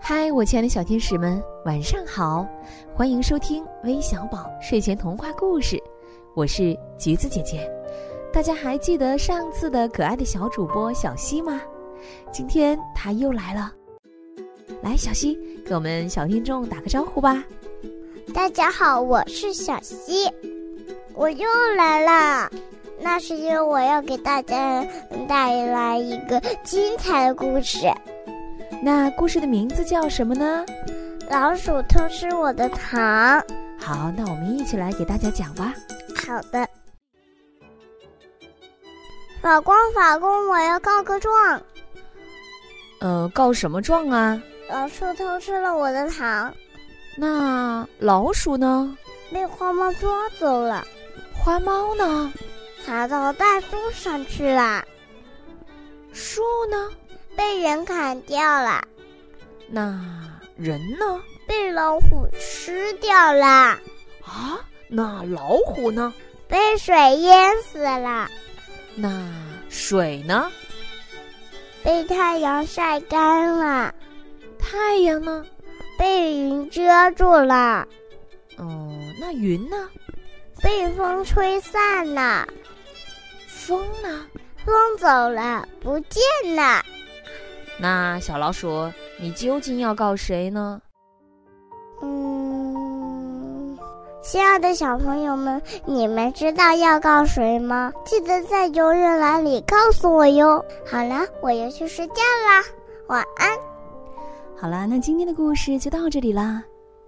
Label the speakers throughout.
Speaker 1: 嗨，我亲爱的小天使们，晚上好！欢迎收听微小宝睡前童话故事，我是橘子姐姐。大家还记得上次的可爱的小主播小溪吗？今天她又来了。来，小溪，给我们小听众打个招呼吧。
Speaker 2: 大家好，我是小溪，我又来啦。那是因为我要给大家带来一个精彩的故事。
Speaker 1: 那故事的名字叫什么呢？
Speaker 2: 老鼠偷吃我的糖。
Speaker 1: 好，那我们一起来给大家讲吧。
Speaker 2: 好的。法官，法官，我要告个状。
Speaker 1: 呃，告什么状啊？
Speaker 2: 老鼠偷吃了我的糖，
Speaker 1: 那老鼠呢？
Speaker 2: 被花猫抓走了，
Speaker 1: 花猫呢？
Speaker 2: 爬到大树上去了，
Speaker 1: 树呢？
Speaker 2: 被人砍掉了，
Speaker 1: 那人呢？
Speaker 2: 被老虎吃掉了，
Speaker 1: 啊，那老虎呢？
Speaker 2: 被水淹死了，
Speaker 1: 那水呢？
Speaker 2: 被太阳晒干了，
Speaker 1: 太阳呢？
Speaker 2: 被云遮住了，
Speaker 1: 嗯，那云呢？
Speaker 2: 被风吹散了，
Speaker 1: 风呢？
Speaker 2: 风走了，不见了。
Speaker 1: 那小老鼠，你究竟要告谁呢？
Speaker 2: 嗯，亲爱的小朋友们，你们知道要告谁吗？记得在留言栏里告诉我哟。好了，我要去睡觉啦，晚安。
Speaker 1: 好啦，那今天的故事就到这里啦。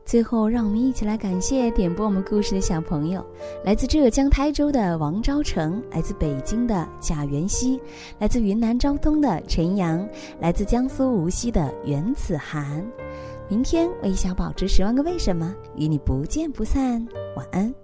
Speaker 1: 最后，让我们一起来感谢点播我们故事的小朋友，来自浙江台州的王昭成，来自北京的贾元熙，来自云南昭通的陈阳，来自江苏无锡的袁子涵。明天，微小宝之十万个为什么与你不见不散。晚安。